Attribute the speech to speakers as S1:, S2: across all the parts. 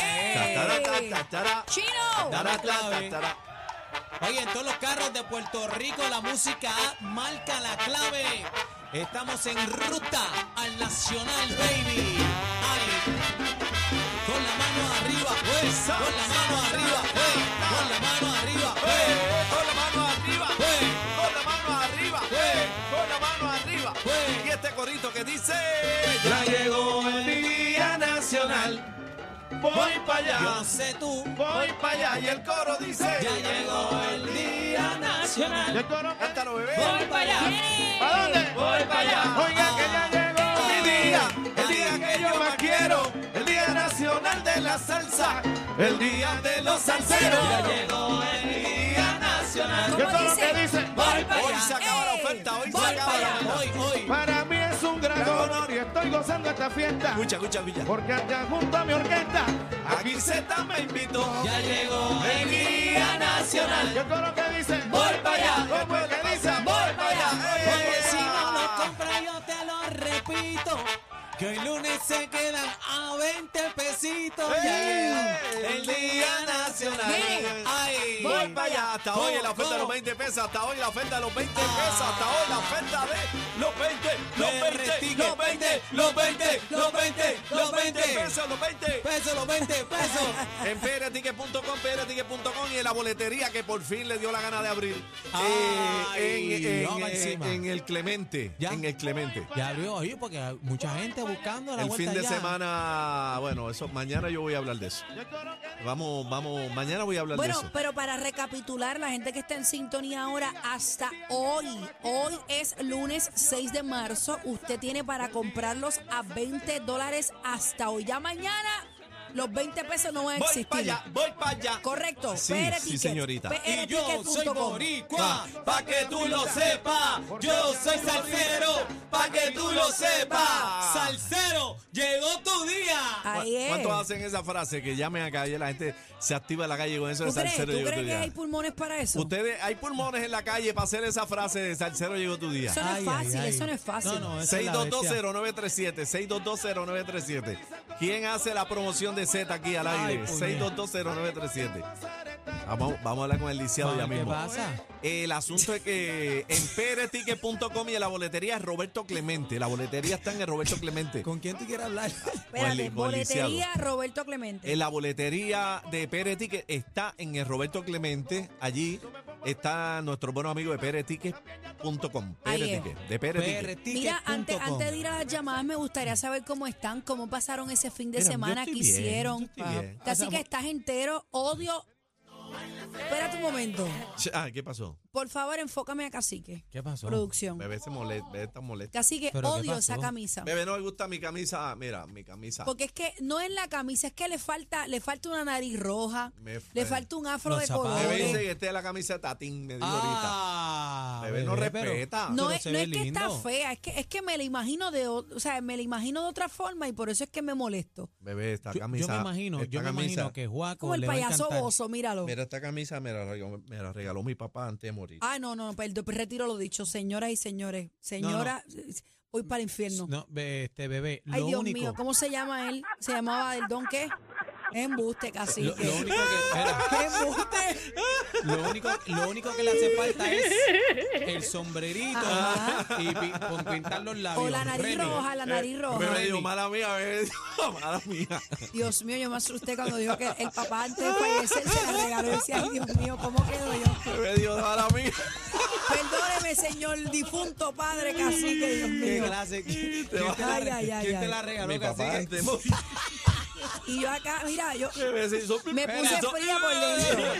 S1: eh.
S2: Tatara,
S3: es.
S2: ta, tatara.
S3: ¡Chino!
S2: Tatara, ta, tatara.
S1: Oye, en todos los carros de Puerto Rico la música marca la clave. Estamos en ruta al Nacional, baby. Ay. Con la mano arriba, güey. Con la mano arriba, güey. Con la mano arriba, güey.
S2: Con la mano arriba,
S1: Güey.
S2: con la mano arriba,
S1: Güey.
S2: con la mano arriba.
S1: Güey.
S2: Y este corito que dice:
S1: Ya llegó el Día Nacional.
S2: Voy para
S1: Yo
S2: allá,
S1: no sé tú.
S2: voy para allá. Y el coro dice:
S1: Ya llegó el Día Nacional.
S2: Cántalo, bebé.
S1: Voy para allá.
S2: ¿Para dónde? Voy para allá. Oiga, que ya llegó mi día, el día que yo más quiero, el día nacional de la salsa, el día de los salseros.
S1: Ya llegó el Día Nacional.
S3: ¿Cómo dice?
S2: dice?
S1: Voy para
S2: Hoy
S1: allá.
S2: se acaba la
S3: Ey,
S2: oferta, hoy se
S1: Voy
S2: acaba la
S1: para allá.
S2: oferta.
S1: Hoy, hoy.
S4: Para mí es un gran honor y estoy gozando esta fiesta.
S2: Escucha, escucha, escucha.
S4: Porque allá junto a mi orquesta,
S2: Aquí Z me invitó.
S1: Ya llegó el Día Nacional.
S4: yo con lo que dice,
S1: Voy para allá.
S4: ¿Cómo es que dice?
S1: Voy para allá.
S2: Ey, ey,
S1: Porque
S2: ey,
S1: si
S2: ey.
S1: no lo compra, yo te lo repito. Que hoy lunes se quedan a 20 pesitos.
S2: Ey,
S1: Ya
S2: ey,
S1: llegó el Día Nacional.
S2: Ey.
S1: Ay.
S2: Voy para allá. Hasta hoy en la oferta de los
S1: ¿Cómo?
S2: 20 pesos. Hasta hoy en la oferta de los 20 pesos. Hasta hoy en la oferta de los 20, los 20, los 20, los 20, los 20, los 20 pesos, los 20.
S1: Pesos, los 20 pesos.
S2: En peretique.com, peretique.com y en la boletería que por fin le dio la gana de abrir.
S1: Ay,
S2: Eh, en, en-
S1: vamos
S2: en-
S1: encima.
S2: en el Clemente.
S1: Ya.
S2: En el Clemente.
S1: Ya abrió hoy porque hay mucha gente buscando la
S2: El
S1: vuelta
S2: fin de
S1: ya.
S2: semana, bueno, eso mañana yo voy a hablar de eso. Vamos, vamos, mañana voy a hablar de
S3: Bueno,
S2: eso.
S3: pero para recapitular, la gente que está en sintonía ahora hasta hoy, hoy es lunes 6 de marzo, usted tiene para comprarlos a 20 dólares hasta hoy. Ya mañana los 20 pesos no van a
S2: Voy
S3: existir.
S2: para allá, voy para allá.
S3: Correcto.
S2: Sí,
S3: PR
S2: sí,
S3: Tickets,
S2: señorita.
S1: Y yo soy
S3: prticket.com.
S1: boricua, pa' que tú lo sepas. Yo soy salsero, pa' que tú lo sepas. Salsero, llegó tu día.
S3: Ahí es.
S2: ¿Cuántos hacen esa frase que llamen acá y la gente se activa en la calle con eso de
S3: ¿Tú crees,
S2: salsero
S3: tú
S2: llegó
S3: crees
S2: tu
S3: que
S2: día?
S3: hay pulmones para eso?
S2: Ustedes, hay pulmones en la calle para hacer esa frase de salsero llegó tu día.
S3: Eso no es fácil, eso no es fácil.
S1: esa es la bestia.
S2: 6220937, 6220937. ¿Quién hace la promoción de Z aquí al
S1: Ay,
S2: aire?
S1: puñeta.
S2: 6220937. Vamos, vamos a hablar con el lisiado
S1: Vamos
S2: ya
S1: a ver
S2: mismo.
S1: qué pasa.
S2: El asunto es que en peretique.com y en la boletería es Roberto Clemente. La boletería está en el Roberto Clemente.
S1: ¿Con quién tú quieres hablar?
S3: Espérate,
S2: Con el- con el
S3: boletería
S2: lisiado.
S3: Roberto Clemente.
S2: En la boletería de Pérez Ticket está en el Roberto Clemente. Allí está nuestro buen amigo de pereticket.com.
S3: Ahí
S2: Pérez
S3: es.
S2: Ticket, de Pérez Ticket.
S3: Mira, antes,
S1: PRTicket.com.
S3: antes de ir a las llamadas, me gustaría saber cómo están, cómo pasaron ese fin de
S1: Mira, yo
S3: semana, qué
S1: estoy bien,
S3: hicieron. Ah,
S1: yo estoy bien.
S3: Casi
S1: O sea,
S3: que estás entero, odio. Espérate un momento.
S2: Ch- Ah, ¿qué pasó?
S3: Por favor, enfócame a Cacique.
S1: ¿Qué pasó?
S3: Producción.
S2: Bebé se molesta, bebé está molesta.
S3: Cacique,
S1: ¿Pero qué
S3: odio
S1: pasó?
S3: esa camisa.
S2: Bebé no me gusta mi camisa. Mira, mi camisa.
S3: Porque es que no es la camisa, es que le falta, le falta una nariz roja,
S2: Me-
S3: le falta un afro
S1: Los
S3: de
S1: zapatos.
S2: Bebé
S3: colores.
S2: dice que esté la camisa de tatín, me dijo
S1: Ah,
S2: ahorita. Bebé no
S1: bebé, pero-
S2: respeta.
S3: No,
S1: pero
S3: es,
S1: se
S3: no
S1: ve
S3: es que está
S1: lindo.
S3: fea, es que, es que me la imagino de o- o sea, me la imagino de otra forma y por eso es que me molesto.
S2: Bebé, esta
S1: Yo-
S2: camisa.
S1: yo me imagino,
S2: esta
S1: yo me
S2: camisa-
S1: imagino que Juaco
S3: Como el
S1: le va a
S3: payaso
S1: encantar.
S3: bozo, míralo.
S2: Mira, esta camisa me la, regaló, me la regaló mi papá antes de morir.
S3: Ah, no, no, perdón, retiro lo dicho, señoras y señores. Señora, voy para el infierno.
S1: No, be- este bebé,
S3: Ay,
S1: lo
S3: Dios
S1: único,
S3: mío, ¿cómo se llama él? ¿Se llamaba el don qué? Embuste, casi.
S1: lo, lo único que, espera,
S3: Embuste.
S1: lo único, lo único que le hace falta es el sombrerito
S3: Ajá.
S1: y pi- con pintar los labios.
S3: O la nariz
S1: Remy.
S3: roja, la nariz
S2: Bebé
S3: roja.
S2: me dijo, mala mía, bebé. dijo, Mala mía.
S3: Dios mío, yo me asusté cuando dijo que el papá antes de fallecer se la regaló. Y decía, ay, Dios mío, ¿cómo quedo yo?
S2: Bebé dijo, mala mía.
S3: Perdóneme, señor difunto padre cacique, Dios
S1: ¿Qué
S3: mío.
S1: clase? ¿Quién te la-
S3: Ay, ay, ay,
S1: quién te
S3: ay.
S1: la regaló?
S2: Mi papá
S1: cacique?
S2: antes de morir.
S3: Y yo acá, mira, yo
S2: Bebé se hizo
S3: me puse
S1: Eso-
S3: fría por dentro.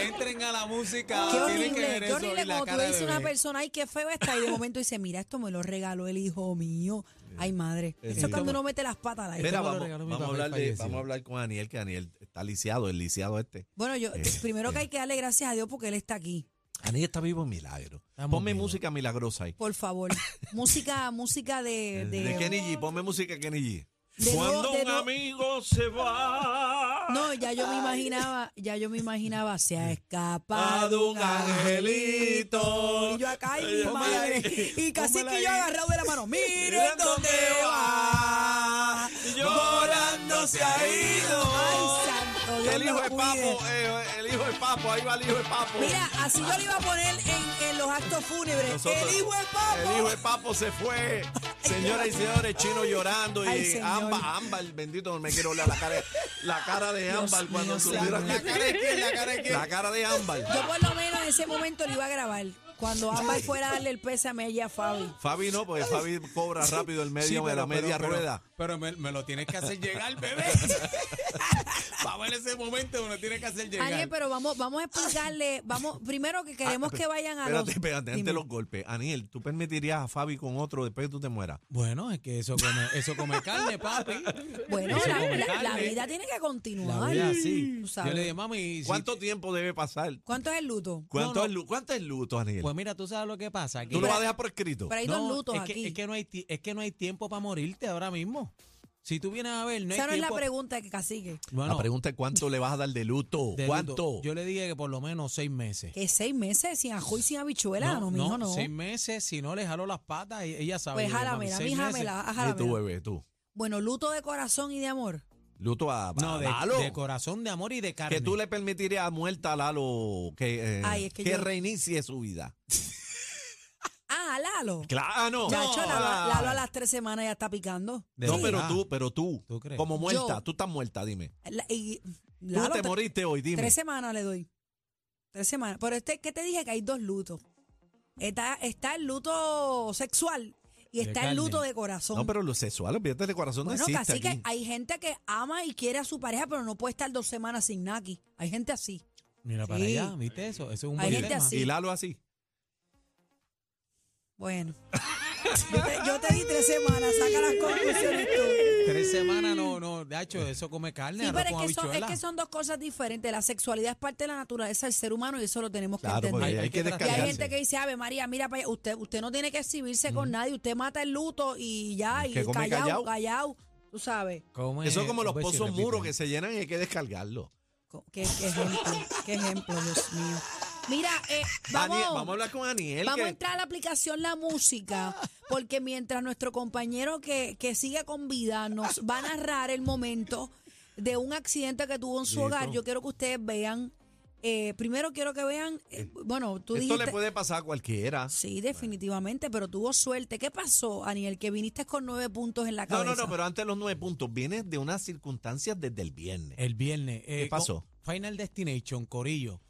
S1: Entren a la música.
S3: Qué
S1: tienen que
S3: horrible,
S1: ver
S3: qué
S1: eso y
S3: horrible
S1: la
S3: cuando tú
S1: cara
S3: le dices
S1: de
S3: a una
S1: bebé.
S3: persona, ay, qué feo está, y de momento dice, mira, esto me lo regaló el hijo mío. Ay, madre. Eso es
S1: Sí.
S3: cuando uno mete las patas al aire.
S2: Mira,
S1: me lo
S2: vamos,
S1: regaló mi
S2: vamos a
S1: papá,
S2: hablar
S1: él
S2: de,
S1: falleció.
S2: vamos a hablar con Aniel, que Aniel está lisiado, el lisiado este.
S3: Bueno, yo
S2: Eh,
S3: primero que hay que darle gracias a Dios porque él está aquí.
S2: Aniel está vivo en milagro.
S1: Estamos
S2: ponme
S1: vivos.
S2: música milagrosa ahí.
S3: Por favor. música, música de.
S2: De,
S3: de-
S2: Kenny G, ponme música de Kenny G.
S3: de
S2: Cuando
S3: do- de
S2: un
S3: do-
S2: amigo se va.
S3: No, ya yo me imaginaba, ya yo me imaginaba, se ha
S2: Dado
S3: escapado
S2: un angelito.
S3: Y yo acá, ay, mi
S2: Pónmela
S3: madre.
S2: ahí,
S3: Y casi
S2: pónmela
S3: que yo
S2: ahí.
S3: agarrado de la mano. Miren
S2: Miren
S3: dónde va.
S2: va. Llorando se ha ido.
S3: Ay, santo Dios
S2: El hijo
S3: lo
S2: de
S3: cuide.
S2: papo, eh, el hijo de papo, ahí va el hijo de papo.
S3: Mira, así yo le iba a poner en, en los actos fúnebres.
S2: Nosotros-
S3: el hijo de papo.
S2: El hijo de papo se fue. Señoras y señores, chino llorando
S3: Ay,
S2: y
S3: señor.
S2: ámbar, ámbar, bendito, no me quiero oler la cara, la cara de ámbar cuando
S3: mío,
S2: subiera.
S3: santo.
S2: cara de la cara de La cara de ámbar.
S3: Yo por lo menos en ese momento le iba a grabar. Cuando Ámbar fuera a darle el pésame allí a Fabi.
S2: Fabi no, porque Fabi cobra rápido el medio de la media rueda.
S1: Pero, me, me lo tienes que hacer llegar, bebé. Vamos en ese momento, me lo tienes que hacer llegar.
S3: Ángel, pero vamos, vamos a explicarle, vamos, primero que queremos
S1: Ah,
S3: que vayan a
S2: Espérate,
S3: los.
S2: espérate, antes
S3: Ah, Dime.
S2: de los golpes. Aniel, ¿tú permitirías a Fabi con otro después que tú te mueras?
S1: Bueno, es que eso come, eso come carne, papi.
S3: Bueno,
S1: Eso
S3: la,
S1: come
S3: la- la
S1: carne.
S3: vida tiene que
S1: La
S3: continuar.
S1: vida, sí.
S3: Tú
S1: Yo
S3: sabes.
S1: le dije, mami, si-
S2: ¿Cuánto tiempo debe pasar?
S3: ¿Cuánto es el luto?
S2: ¿Cuánto,
S1: no.
S2: Es, lu- ¿Cuánto es luto, Aniel?
S1: pues mira, tú sabes lo que pasa. que-
S2: ¿Tú lo vas a dejar por escrito?
S3: Pero hay
S1: No,
S3: dos lutos
S1: es
S3: aquí.
S1: Que, es, que no hay, ti- es que no hay tiempo para morirte ahora mismo. Si tú vienes a ver, no
S3: Esa
S1: hay
S3: no es la
S1: tiempo.
S3: pregunta que cacique.
S1: Bueno,
S2: La pregunta es cuánto le vas a dar de luto.
S1: de luto,
S2: ¿Cuánto?
S1: Yo le dije que por lo menos seis meses.
S3: Que seis meses sin ajo y sin habichuela, no, mijo, no.
S1: Seis meses, si no le jaló las patas, y- ella sabe.
S3: Pues
S1: yo le digo,
S3: jálamela,
S1: "Mami, seis meses".
S3: míjamela,
S2: Y tú,
S3: jálamela.
S2: bebé, tú.
S3: Bueno, luto de corazón y de amor.
S2: Luto a, a
S1: No,
S2: Lalo.
S1: de, de corazón, de amor y de carne.
S2: que tú le permitirías muerta a Lalo que, eh,
S3: Ay, es que yo-
S2: reinicie su vida.
S3: Ah, Lalo.
S2: Claro, no.
S3: Ya, hecho, Lalo,
S2: Ah.
S3: Lalo a las tres semanas ya está picando.
S1: De
S2: No,
S1: verdad.
S2: pero tú, pero tú,
S1: ¿Tú crees?
S2: como muerta,
S3: Yo.
S2: tú estás muerta, dime.
S3: La- y,
S2: tú
S3: Lalo,
S2: te
S3: tre-
S2: moriste hoy, dime.
S3: Tres semanas le doy. Tres semanas. Pero este, ¿qué te dije? Que hay dos lutos. Está, está el luto sexual y
S1: De
S3: está
S1: carne.
S3: el luto de corazón.
S2: No, pero lo sexual, olvídate de corazón
S3: bueno,
S2: no existe
S3: casi que
S2: aquí.
S3: hay gente que ama y quiere a su pareja, pero no puede estar dos semanas sin Naki. Hay gente así.
S1: Mira para
S3: Sí.
S1: allá, ¿viste eso? Eso es un
S3: Hay
S1: buen
S3: gente
S1: tema.
S3: así.
S2: Y Lalo así.
S3: Bueno. yo, te, yo te di tres semanas, saca las conclusiones tú.
S1: Tres semanas no, no, de hecho, eso come carne,
S3: Sí,
S1: arroz
S3: pero es
S1: con
S3: que, son, es
S1: habichuela.
S3: que son dos cosas diferentes. La sexualidad es parte de la naturaleza del ser humano y eso lo tenemos que
S2: Claro, porque
S3: entender.
S2: hay,
S1: Hay- hay
S2: que
S1: que
S3: Y hay
S2: descargarse.
S3: gente que dice, Ave María, mira, para allá". usted usted no tiene que exhibirse con nadie, usted mata el luto y ya, y
S2: Que come
S3: callado,
S2: callao.
S3: callao, tú sabes.
S1: Come-
S2: Eso es como los
S1: come si
S2: pozos
S1: repite.
S2: muros que se llenan y hay que descargarlo.
S3: Co- Qué, qué ejemplo, qué ejemplo, Dios mío. Mira, eh, vamos,
S2: Aniel, vamos a hablar con Aniel.
S3: vamos a
S2: que-
S3: entrar a la aplicación La Música, porque mientras nuestro compañero que, que sigue con vida nos va a narrar el momento de un accidente que tuvo en su
S2: Listo.
S3: hogar, yo quiero que ustedes vean, eh, primero quiero que vean, eh, bueno, tú
S2: Esto
S3: dijiste...
S2: le puede pasar a cualquiera.
S3: Sí, definitivamente, pero tuvo suerte. ¿Qué pasó, Aniel? Que viniste con nueve puntos en la
S2: No, no,
S3: cabeza.
S2: no, pero antes de los nueve puntos, viene de unas circunstancias desde el viernes.
S1: El viernes. eh,
S2: ¿Qué pasó?
S1: con- Final Destination, Corillo.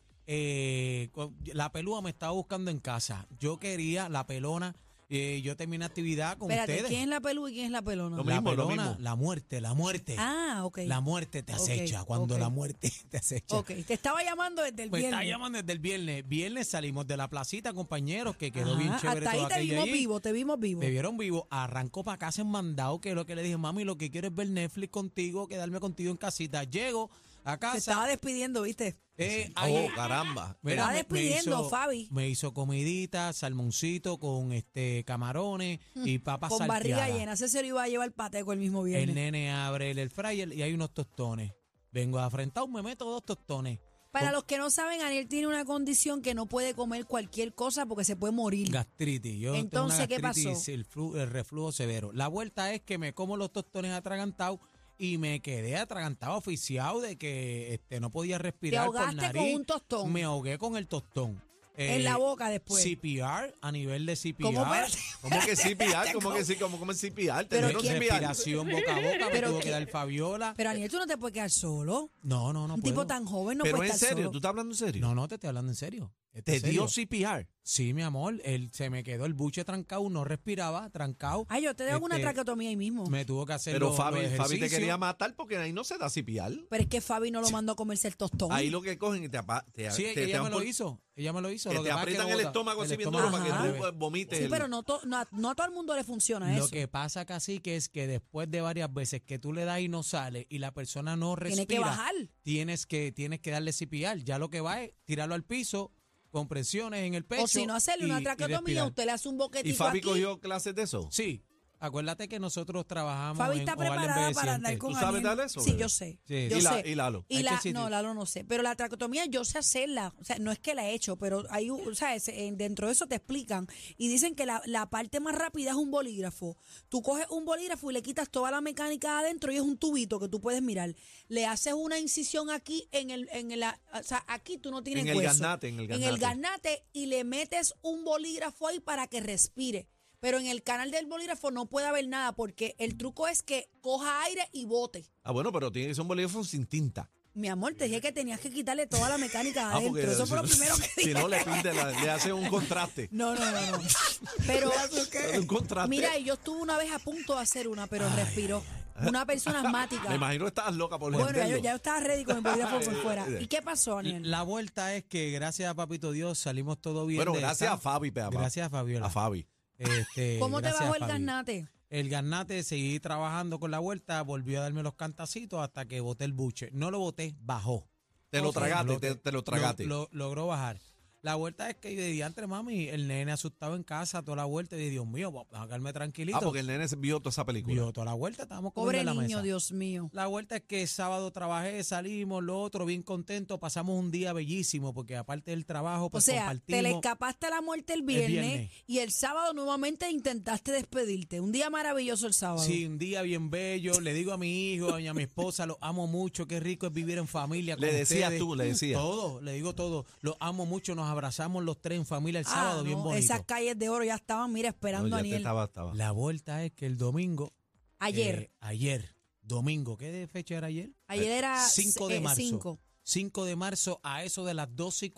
S1: Eh, con- la pelúa me estaba buscando en casa. Yo quería la pelona. eh, yo terminé actividad con
S3: Espérate,
S1: ustedes.
S3: ¿quién es la pelú y quién es la pelona?
S2: Lo
S1: la
S2: mismo, lo
S1: pelona,
S2: mismo.
S1: la muerte, la muerte.
S3: Ah, ok.
S1: La muerte te
S3: Ok,
S1: acecha. cuando
S3: ok.
S1: la muerte te acecha.
S3: ok, te estaba llamando desde el
S1: Me
S3: viernes.
S1: está llamando desde el viernes. Viernes salimos de la placita, compañeros, que quedó
S3: Ajá,
S1: bien chévere.
S3: Hasta ahí
S1: todo
S3: te
S1: aquello
S3: vimos
S1: allí.
S3: vivo, te vimos vivo.
S1: Me vieron vivo, arranco para casa en mandado, que es lo que le dije, mami, lo que quiero es ver Netflix contigo, quedarme contigo en casita. Llego a
S3: Te
S1: casa.
S3: estaba despidiendo, ¿viste?
S1: eh, ahí-
S2: Oh, caramba.
S3: Me está despidiendo, Fabi.
S1: Me hizo comidita, salmoncito con este camarones y papas
S3: Mm, Con barriga
S1: salteadas.
S3: llena. Ese se lo iba a llevar pateco el mismo
S1: El
S3: viernes.
S1: nene abre el air fryer y hay unos tostones. Vengo a frente me meto dos tostones.
S3: Para los que no saben, Aniel tiene una condición que no puede comer cualquier cosa porque se puede morir.
S1: Gastritis. Yo
S3: Entonces, ¿qué
S1: tengo una gastritis,
S3: pasó?
S1: El, flu- el reflujo severo. La vuelta es que me como los tostones atragantados y me quedé atragantado, oficiado de que este, no podía respirar por
S3: ahogaste
S1: nariz.
S3: con un tostón.
S1: Me ahogué con el tostón.
S3: en
S1: Eh,
S3: la boca después.
S1: CPR, a nivel de CPR.
S3: ¿Cómo? Espérate.
S2: ¿Cómo que CPR? ¿Cómo que sí? ¿Cómo, cómo es CPR? Te
S3: Pero
S2: dieron
S3: ¿quién-
S2: CPR.
S1: Respiración boca a boca, me
S3: Pero
S1: tuvo
S3: qué-
S1: que dar Fabiola.
S3: Pero Aniel, tú no te puedes quedar solo.
S1: No, no, no
S3: Un tipo
S1: puedo.
S3: tan joven no
S2: Pero
S3: puede
S2: en
S3: estar
S2: serio,
S3: solo.
S2: ¿tú estás hablando en serio?
S1: No, no, te estoy hablando en serio. ¿Este
S5: Te
S1: es serio?
S5: dio CPR.
S1: Sí, mi amor, él se me quedó el buche trancado, no respiraba, trancado.
S3: Ay, yo te dejo una
S1: Este,
S3: traqueotomía ahí mismo.
S1: Me tuvo que hacer
S5: Pero
S1: los-
S5: Fabi,
S1: los
S5: Fabi te
S1: ejercicios.
S5: quería matar porque ahí no se da CPR.
S3: Pero es que Fabi no lo mandó a comerse el tostón.
S5: Ahí lo que cogen y te apa- te,
S1: Sí,
S5: te- te
S1: ella me
S5: dan
S1: lo
S5: por-
S1: hizo. Ella me lo hizo.
S5: que
S1: lo
S5: te
S1: pasa es
S5: aprietan el
S1: bota-
S5: estómago así bien duro para
S1: estómago
S5: que
S1: al
S3: Ajá.
S5: tú
S1: revés.
S5: pues, vomites.
S3: sí,
S5: el-
S3: pero no, to- no, a- no a todo el mundo le funciona
S1: Lo
S3: eso.
S1: que pasa, casi que es que después de varias veces que tú le das y no sale y la persona no respira,
S3: Tiene que bajar.
S1: tienes que tienes que darle CPR. Ya lo que va es tirarlo al piso, con presiones en el pecho.
S3: O si no hacerle
S1: y-
S3: una
S1: y
S3: traqueotomía,
S1: respirar.
S3: usted le hace un
S5: ¿Y
S3: boquetito
S5: Fabi
S3: aquí.
S5: cogió clases de eso?
S1: Sí, acuérdate que nosotros trabajamos
S3: Fabi
S1: en
S3: está
S1: hogar de
S3: preparada para andar
S1: envejecientes.
S3: con
S5: ¿Tú sabes
S3: Aniel.
S5: darle eso,
S3: Sí,
S5: bebé?
S3: yo sé.
S1: Sí.
S3: Yo
S5: Y la-
S3: sé.
S5: y Lalo.
S3: Y
S1: Hay
S3: la-
S1: que sí,
S3: no,
S1: sí.
S3: Lalo no sé. Pero la tracotomía yo sé hacerla. O sea, no es que la he hecho, pero hay, o sea, es- en- dentro de eso te explican. Y dicen que la, la parte más rápida es un bolígrafo. Tú coges un bolígrafo y le quitas toda la mecánica adentro y es un tubito que tú puedes mirar. Le haces una incisión aquí en el, en la, o sea, aquí tú no tienes
S5: En el
S3: hueso.
S5: gaznate, en el
S3: En el
S5: gaznate.
S3: gaznate y le metes un bolígrafo ahí para que respire. Pero en el canal del bolígrafo no puede haber nada porque el truco es que coja aire y bote.
S5: Ah, bueno, pero tiene que ser un bolígrafo sin tinta.
S3: Mi amor, te dije que tenías que quitarle toda la mecánica
S5: Ah,
S3: adentro. Eso fue lo primero que
S5: Si
S3: dije.
S5: no, le, pinta la- le hace un contraste.
S3: No, no, no, no. Pero, eh,
S5: Un contraste.
S3: mira, y yo estuve una vez a punto de hacer una, pero respiró. Una persona asmática.
S5: Me imagino que estabas loca por
S3: Bueno, ya yo,
S5: venderlo.
S3: ya yo estaba ready con el bolígrafo por fuera. ¿Y qué pasó, Daniel?
S1: La vuelta es que gracias a Papito Dios salimos todo bien.
S5: Bueno,
S1: de
S5: gracias
S1: esa.
S5: a Fabi, Peapa.
S1: Gracias a Fabiola.
S5: A Fabi.
S1: Este,
S3: ¿Cómo te
S1: gracias
S3: bajó
S1: a
S3: el
S1: Fabi.
S3: garnate?
S1: El garnate, seguí trabajando con la vuelta, volvió a darme los cantacitos hasta que boté el buche. No lo boté, bajó.
S5: Te lo
S1: Ok.
S5: tragaste, te, te lo tragaste.
S1: Lo- lo- logró bajar. La vuelta es que yo día entre mami, el nene asustado en casa, toda la vuelta, y dije, Dios mío, vamos a quedarme tranquilito.
S5: ah, porque el nene se- vio toda esa película.
S1: Vio toda la vuelta, estábamos comiendo
S3: Pobre
S1: en la
S3: niño,
S1: mesa.
S3: Dios mío.
S1: La vuelta es que sábado trabajé, salimos, lo otro, bien contento, pasamos un día bellísimo, porque aparte del trabajo,
S3: O
S1: pues
S3: sea, te le
S1: compartimos.
S3: escapaste a la muerte el
S1: viernes.
S3: viernes, y el sábado nuevamente intentaste despedirte. Un día maravilloso el sábado.
S1: Sí, un día bien bello. Le digo a mi hijo, y a mi esposa, los amo mucho. Qué rico es vivir en familia.
S5: Le
S1: con
S5: decías
S1: ustedes.
S5: tú, le decías.
S1: Todo, le digo todo. Los amo mucho. Nos abrazamos los tres en familia el
S3: Ah,
S1: sábado, bien
S3: no,
S1: bonito.
S3: Esas calles de oro ya estaban, mira,
S5: No,
S3: esperando
S5: ya
S3: a
S5: te
S3: Daniel.
S5: estaba, estaba.
S1: La vuelta es que el domingo.
S3: Ayer,
S1: eh, ayer, domingo. ¿Qué de fecha era ayer?
S3: ayer era
S1: 5 de
S3: eh,
S1: marzo.
S3: cinco.
S1: 5 de marzo a eso de las 12 y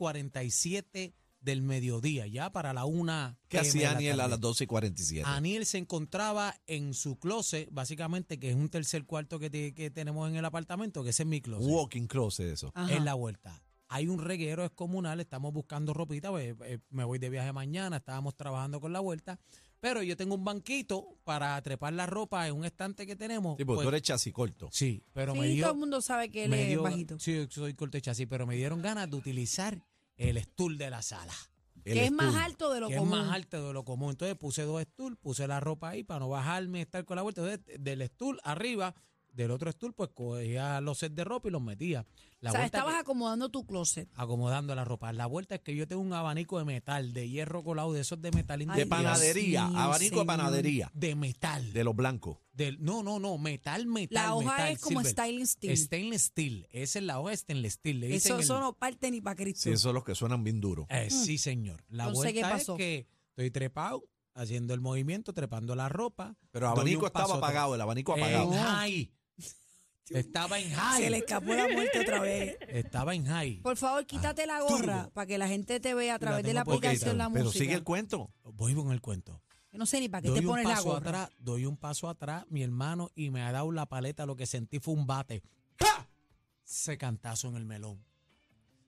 S1: 47 del mediodía, ya para la una.
S5: ¿Qué
S1: PM
S5: hacía
S1: de la Ah,
S5: Daniel a
S1: tarde.
S5: las 12 y 47?
S1: Aniel se encontraba en su closet, básicamente, que es un tercer cuarto que, te- que tenemos en el apartamento, que ese es mi closet.
S5: Walking closet eso.
S3: Ajá.
S1: En la vuelta. Hay un reguero descomunal, estamos buscando ropita, pues, eh, me voy de viaje mañana, estábamos trabajando con la vuelta, pero yo tengo un banquito para trepar la ropa en un estante que tenemos.
S5: Tipo,
S1: pues,
S5: tú eres chasicorto.
S1: Sí, pero
S3: Sí,
S1: me
S3: todo
S1: dio...
S3: el mundo sabe que él
S1: me
S3: es
S1: dio-
S3: bajito.
S1: Sí, yo soy corto y chasis, pero me dieron ganas de utilizar el stool de la sala
S5: El
S3: que es más
S5: estudio.
S3: alto de lo
S1: que
S3: común.
S1: es más alto de lo común. Entonces puse dos stools, puse la ropa ahí para no bajarme, estar con la vuelta. Entonces, del stool arriba, del otro stool, pues cogía los sets de ropa y los metía. La
S3: o sea,
S1: vuelta
S3: estabas
S1: que-
S3: acomodando tu closet.
S1: acomodando la ropa. La vuelta es que yo tengo un abanico de metal, de hierro colado, de esos de metal
S3: Ay,
S5: De
S1: industrial.
S3: Dios
S5: panadería,
S3: mío,
S5: abanico de
S3: señor.
S5: panadería.
S1: De metal.
S5: De los blancos.
S1: del- no, no, no, metal, metal.
S3: La hoja
S1: metal,
S3: es como
S1: silver.
S3: stainless steel.
S1: Stainless steel. Esa es la hoja de stainless steel. Le dicen
S3: Eso,
S1: el-
S3: eso no parte ni para Cristo.
S5: Sí, esos son los que suenan bien duro.
S1: Eh, sí, señor. La
S3: Entonces, Mm. ¿qué
S1: vuelta
S3: pasó?
S1: es que estoy trepado, haciendo el movimiento, trepando la ropa.
S5: Pero
S1: doy
S5: abanico
S1: un
S5: estaba
S1: paso atrás.
S5: apagado, el abanico
S1: En
S5: apagado.
S1: high. Estaba en high.
S3: Se le escapó la muerte otra vez.
S1: Estaba en high.
S3: Por favor, quítate la gorra para que la gente te vea a través de la
S1: Ah, tengo puesta.
S3: aplicación pues, la
S5: pero
S3: música.
S5: sigue el cuento.
S1: Voy con el cuento.
S3: Yo no sé ni para qué
S1: Doy
S3: te
S1: un
S3: pones la
S1: paso
S3: gorra.
S1: atrás, doy un paso atrás, mi hermano, y me ha dado la paleta. Lo que sentí fue un bate. ¡Ja! Se cantazo en el melón.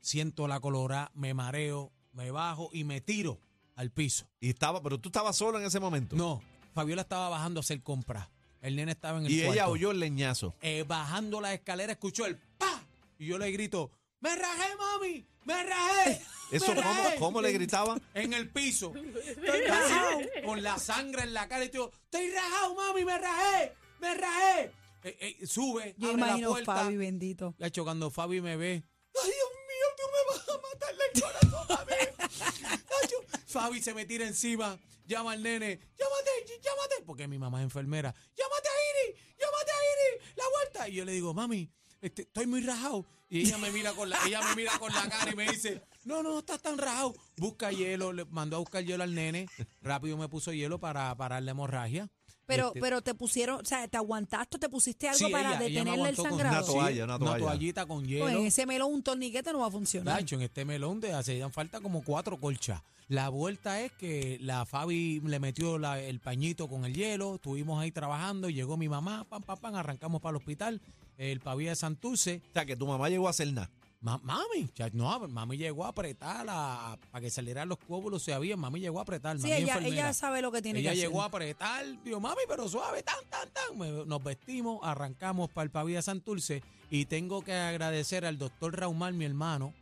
S1: Siento la colorada, me mareo, me bajo y me tiro al piso.
S5: Y estaba, pero tú estabas solo en ese momento.
S1: No, Fabiola estaba bajando a hacer compras. El nene estaba en el
S5: Y ella
S1: cuarto.
S5: oyó el leñazo.
S1: eh, bajando la escalera, escuchó el ¡pa! Y yo le grito, ¡me rajé, mami! ¡Me rajé! ¡Me
S5: Eso, ¿cómo,
S1: rajé!"
S5: cómo le gritaban?
S1: En el piso. Estoy rajado. Con la sangre en la cara. Y te digo, ¡estoy rajado, mami! ¡Me rajé! ¡Me rajé! Eh, eh, sube,
S3: Yo
S1: abre la
S3: imagino
S1: puerta.
S3: Fabi, bendito.
S1: La chocando Fabi me ve. ¡Ay, Dios mío, tú me vas a matarle el corazón, Fabi! Ay, yo- Fabi se me tira encima, llama al nene, llámate, ll- llámate, porque mi mamá es enfermera. ¡Llámate a Iri! ¡Llámate a Iri! ¡La vuelta! Y yo le digo, mami, este, estoy muy rajado. Y ella me mira con la, ella me mira con la cara y me dice, no, no, no estás tan rajado. Busca hielo, le mandó a buscar hielo al nene. Rápido me puso hielo para parar la hemorragia.
S3: Pero,
S2: Este-
S3: pero te pusieron, o sea, te aguantaste o te pusiste algo
S1: Sí, ella-
S3: para
S1: ella me
S3: detenerle el
S1: aguantó con
S2: una
S3: sangrado.
S2: toalla, una toalla.
S1: toallita con hielo.
S3: Pues en ese melón un torniquete no va a funcionar.
S1: Nacho, en este melón de hacían falta como cuatro colchas. La vuelta es que la Fabi le metió la- el pañito con el hielo, estuvimos ahí trabajando, llegó mi mamá, pam, pam, pam, arrancamos para el hospital, el pavía de Santurce.
S2: O sea, que tu mamá llegó a hacer nada.
S1: Ma- mami, cha- no, mami llegó a apretar a- para que salieran los cóbulos, se habían, mami llegó a apretar.
S3: Sí,
S1: mami es
S3: ella,
S1: enfermera.
S3: ella sabe lo que tiene
S1: Ella
S3: que
S1: llegó a
S3: hacer.
S1: apretar, dijo, mami, pero suave, tan, tan, tan. Me- Nos vestimos, arrancamos para el Pavía Santurce y tengo que agradecer al doctor Raumar, mi hermano,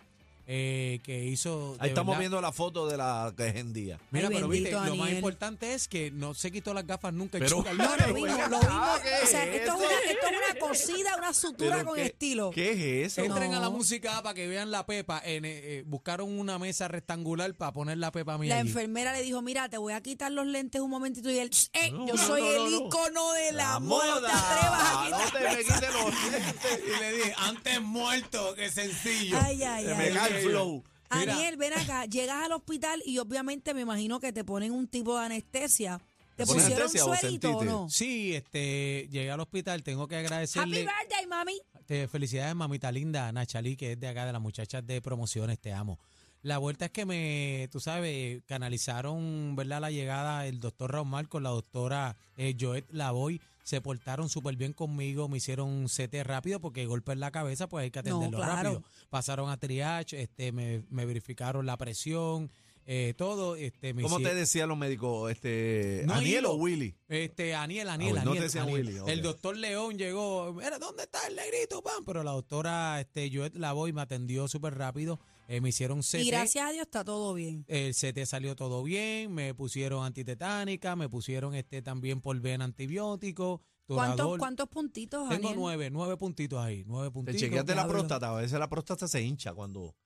S1: eh, que hizo... de
S2: Ahí estamos
S1: verdad-
S2: viendo la foto de la que es en día.
S1: Mira,
S3: Ay,
S1: pero
S3: bendito,
S1: viste, lo más
S3: Daniel.
S1: importante es que no se quitó las gafas nunca.
S2: Pero-
S1: chica.
S3: No, lo mismo, lo mismo. O sea,
S6: ¿qué es
S3: esto es, una, esto es una cosida, una sutura
S2: Pero
S3: con
S2: qué-
S3: estilo.
S2: ¿Qué es eso?
S1: Entren a la
S3: No.
S1: música para que vean la pepa. En, eh, eh, buscaron una mesa rectangular para poner la pepa mía.
S3: La
S1: allí.
S3: enfermera le dijo, mira, te voy a quitar los lentes un momentito. Y él, "Eh, yo
S2: no,
S3: soy
S2: no, no,
S3: el
S2: no.
S3: ícono de la,
S2: La
S3: moda.
S2: moda.
S3: Te atrevas a
S6: No
S3: quitar.
S6: te me quites los dientes.
S1: Y le dije, antes muerto que sencillo.
S3: Ay, ay,
S2: Se
S3: ay.
S2: me cae el flow.
S1: Mira.
S3: Daniel, ven acá, llegas al hospital y obviamente me imagino que te ponen un tipo de anestesia. ¿Te
S2: ¿Te ponen
S3: pusieron
S2: anestesia o
S3: suelito o
S2: sentiste?
S3: no?
S1: Sí, este, llegué al hospital, tengo que
S3: Happy
S1: agradecerle.
S3: birthday, mami.
S1: Te- felicidades, mamita linda, Nachalí, que es de acá, de las muchachas de promociones, te amo. La vuelta es que me, tú sabes, canalizaron, ¿verdad? La llegada del doctor Raúl con la doctora eh, Joet Lavoy. Se portaron súper bien conmigo, me hicieron un CT rápido porque golpe en la cabeza, pues hay que
S3: No,
S1: atenderlo
S3: claro.
S1: rápido. Pasaron a triage, este, me, me verificaron la presión, eh, todo. Este, me
S2: ¿Cómo
S1: hici-
S2: te decían los médicos? Este,
S1: No,
S2: ¿Aniel
S1: Hilo.
S2: o Willy?
S1: Este, Aniel, Aniel,
S2: Ah, bueno, no
S1: Aniel.
S2: te decían
S1: Aniel.
S2: Willy, ok.
S1: El doctor León llegó, mira, ¿dónde está el negrito, pam? Pero la doctora, este, Joet Lavoy me atendió súper rápido, eh, me hicieron CT.
S3: Y gracias a Dios está todo bien.
S1: El CT salió todo bien, me pusieron antitetánica, me pusieron este también por ven antibiótico,
S3: ¿Cuántos,
S1: toradol.
S3: cuántos puntitos,
S1: Tengo
S3: Daniel?
S1: nueve, nueve puntitos ahí, nueve
S2: Te
S1: puntitos.
S2: chequeaste la
S3: diablo.
S2: próstata. A veces la próstata se hincha cuando.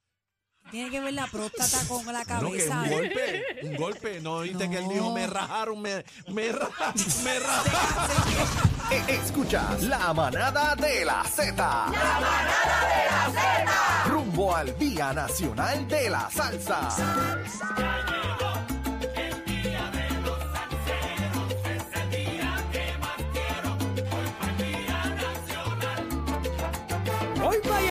S3: Tiene que ver la próstata con la
S2: Ah, No, que
S3: cabeza. ¿eh?
S2: un golpe, un golpe. No oíste que él dijo,
S3: No.
S2: me rajaron, me, me rajaron, me rajaron.
S4: E- Escuchas la manada de la Z. La manada de la Z. Rumbo al Día Nacional de la Salsa.